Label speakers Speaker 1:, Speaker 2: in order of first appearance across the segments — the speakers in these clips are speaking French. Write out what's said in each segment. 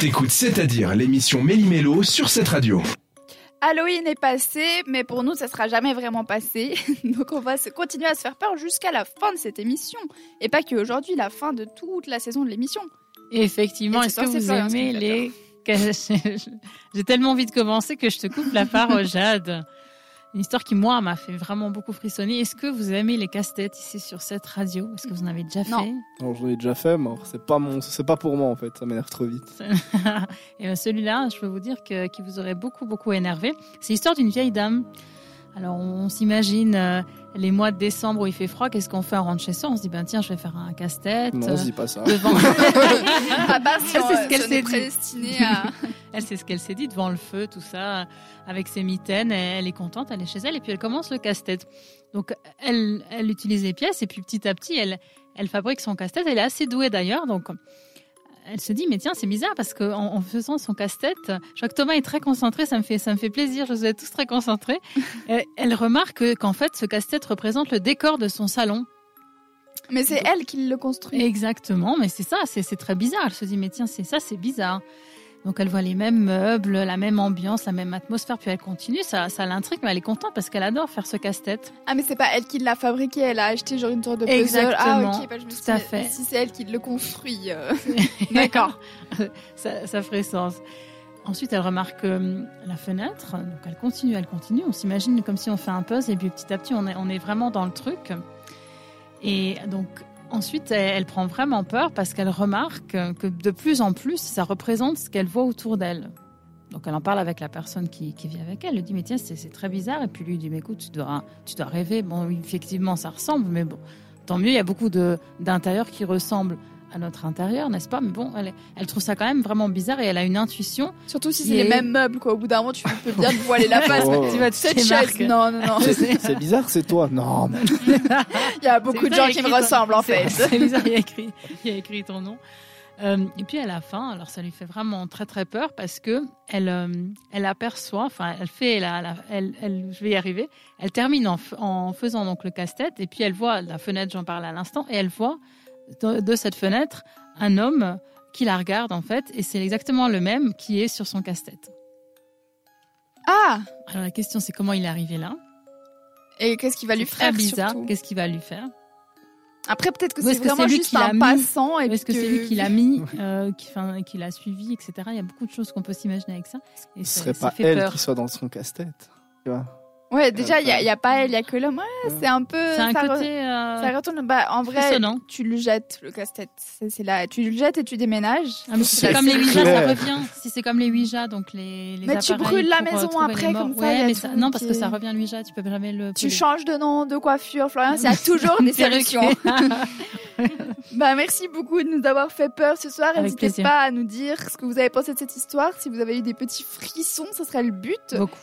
Speaker 1: T'écoutes C'est-à-dire l'émission Méli-Mélo sur cette radio.
Speaker 2: Halloween est passé, mais pour nous, ça sera jamais vraiment passé. Donc, on va se- continuer à se faire peur jusqu'à la fin de cette émission. Et pas qu'aujourd'hui, la fin de toute la saison de l'émission.
Speaker 3: Effectivement,
Speaker 2: Et
Speaker 3: est-ce
Speaker 2: tu
Speaker 3: que
Speaker 2: penses
Speaker 3: vous
Speaker 2: pas, hein, ce
Speaker 3: aimez
Speaker 2: que
Speaker 3: les... J'ai tellement envie de commencer que je te coupe la parole, Jade. Une histoire qui, moi, m'a fait vraiment beaucoup frissonner. Est-ce que vous aimez les casse-têtes ici sur cette radio Est-ce que vous en avez déjà
Speaker 2: Non.
Speaker 3: fait
Speaker 4: Non, j'en ai déjà fait, mais alors, c'est pas mon, c'est pas pour moi en fait. Ça m'énerve trop vite.
Speaker 3: Et ben, celui-là, je peux vous dire que, qui vous aurait beaucoup, beaucoup énervé. C'est l'histoire d'une vieille dame. Alors, on, s'imagine euh, les mois de décembre où il fait froid. Qu'est-ce qu'on fait On rentre chez soi. On se dit, ben tiens, je vais faire un casse-tête.
Speaker 4: Non, on se dit pas ça.
Speaker 3: euh, devant...
Speaker 2: Ah bah, si
Speaker 3: Elle
Speaker 2: on,
Speaker 3: sait ce
Speaker 2: si
Speaker 3: qu'elle
Speaker 2: on
Speaker 3: s'est
Speaker 2: est
Speaker 3: dit.
Speaker 2: prédestiné à...
Speaker 3: Elle, c'est ce qu'elle s'est dit devant le feu, tout ça, euh, avec ses mitaines. Et elle est contente, elle est chez elle, et puis elle commence le casse-tête. Donc, elle, elle utilise les pièces, et puis petit à petit, elle, elle fabrique son casse-tête. Elle est assez douée d'ailleurs, donc elle se dit mais tiens, c'est bizarre parce que en, en faisant son casse-tête, je vois que Thomas est très concentré, ça me fait, ça me fait plaisir. Je vous ai tous très concentrés. elle, elle remarque que- qu'en fait, ce casse-tête représente le décor de son salon.
Speaker 2: Mais c'est elle qui le construit.
Speaker 3: Exactement, mais c'est ça, c'est c'est très bizarre. Elle se dit, mais tiens, c'est ça, c'est bizarre. Donc elle voit les mêmes meubles, la même ambiance, la même atmosphère, puis elle continue, ça, ça l'intrigue, mais elle est contente parce qu'elle adore faire ce casse-tête.
Speaker 2: Ah, mais c'est pas elle qui l'a fabriqué, elle a acheté genre une sorte de puzzle.
Speaker 3: Exactement,
Speaker 2: Ah, ok, bah, je me suis
Speaker 3: tout à
Speaker 2: dit,
Speaker 3: fait.
Speaker 2: Si c'est elle qui le construit. euh, D'accord.
Speaker 3: ça, ça ferait sens. Ensuite, elle remarque euh, la fenêtre, donc elle continue, elle continue. On s'imagine comme si on fait un puzzle, et puis petit à petit, on est, on est vraiment dans le truc. Et donc, ensuite, elle, elle prend vraiment peur parce qu'elle remarque euh, que de plus en plus, ça représente ce qu'elle voit autour d'elle. Donc, elle en parle avec la personne qui, qui vit avec elle. Elle lui dit Mais tiens, c'est c'est très bizarre. Et puis, lui il dit Mais écoute, tu dois, tu dois rêver. Bon, oui, effectivement, ça ressemble, mais bon, tant mieux, il y a beaucoup de- d'intérieurs qui ressemblent à notre intérieur, n'est-ce pas Mais bon, elle, elle trouve ça quand même vraiment bizarre et elle a une intuition.
Speaker 2: Surtout si c'est
Speaker 3: Yeah.
Speaker 2: les mêmes meubles, quoi. Au bout d'un moment, tu peux bien te voiler la face.
Speaker 4: Oh.
Speaker 3: Tu vas te
Speaker 2: Cette chaise, non, non, non.
Speaker 4: C'est c'est bizarre, c'est toi. Non, mais
Speaker 2: Il y a beaucoup de gens qui me ressemblent, en fait.
Speaker 3: C'est bizarre, il y a écrit, il y a écrit ton nom. Euh, et puis à la fin, alors ça lui fait vraiment très très peur parce que elle, euh, elle aperçoit, enfin elle fait, la, la- elle, elle- je vais y arriver, elle termine en, f- en faisant donc le casse-tête et puis elle voit la fenêtre, j'en parle à l'instant, et elle voit de, de cette fenêtre un homme qui la regarde en fait et c'est exactement le même qui est sur son casse-tête.
Speaker 2: Ah
Speaker 3: Alors la question c'est comment il est arrivé là
Speaker 2: Et qu'est-ce qu'il va lui
Speaker 3: C'est très
Speaker 2: faire
Speaker 3: bizarre,
Speaker 2: surtout
Speaker 3: qu'est-ce qu'il va lui faire
Speaker 2: Après, peut-être que
Speaker 3: Ou est-ce
Speaker 2: c'est
Speaker 3: que c'est
Speaker 2: vraiment
Speaker 3: lui
Speaker 2: juste
Speaker 3: qui l'a
Speaker 2: un
Speaker 3: mis
Speaker 2: passant. et
Speaker 3: Ou Est-ce que,
Speaker 2: que-
Speaker 3: c'est lui qui l'a mis, euh, qui, enfin, qui l'a suivi, etc. Il y a beaucoup de choses qu'on peut s'imaginer avec ça. Et
Speaker 4: ce
Speaker 3: ça-
Speaker 4: serait
Speaker 3: ça
Speaker 4: pas
Speaker 3: fait
Speaker 4: elle
Speaker 3: peur.
Speaker 4: qui soit dans son casse-tête. Tu vois
Speaker 2: Ouais, déjà, il n'y a,
Speaker 4: Ouais.
Speaker 2: il y a pas elle, il n'y a que l'homme. Ouais,
Speaker 4: Ouais.
Speaker 2: c'est un peu.
Speaker 3: C'est un
Speaker 2: ça, re-
Speaker 3: côté euh,
Speaker 2: ça retourne. Bah, en vrai,
Speaker 3: frissonnant.
Speaker 2: tu le jettes, le casse-tête. C'est c'est là. Tu le jettes et tu déménages.
Speaker 3: Ah, mais si c'est
Speaker 4: c'est
Speaker 3: comme les Ouija, ça
Speaker 4: clair.
Speaker 3: revient. Si c'est comme les Ouija, donc les, les
Speaker 2: Mais Bah, tu
Speaker 3: appareils
Speaker 2: brûles la
Speaker 3: pour, euh,
Speaker 2: maison
Speaker 3: trouver
Speaker 2: après,
Speaker 3: les morts.
Speaker 2: comme ça,
Speaker 3: Ouais,
Speaker 2: il y a
Speaker 3: mais
Speaker 2: tout
Speaker 3: Non,
Speaker 2: qui
Speaker 3: parce que ça
Speaker 2: est-
Speaker 3: revient Ouija, tu peux jamais le...
Speaker 2: Tu changes de nom, de coiffure, Florian. Il y a toujours des solutions. Bah, merci beaucoup de nous avoir fait peur ce soir.
Speaker 3: Avec
Speaker 2: N'hésitez
Speaker 3: plaisir.
Speaker 2: pas à nous dire ce que vous avez pensé de cette histoire. Si vous avez eu des petits frissons, ce serait le but.
Speaker 3: Beaucoup.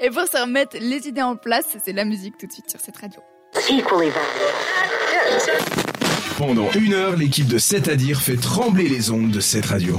Speaker 2: Et pour se remettre les idées en place, c'est la musique tout de suite sur cette radio.
Speaker 5: Equally valid.
Speaker 1: Pendant une heure, l'équipe de C'est-à-dire fait trembler les ondes de cette radio.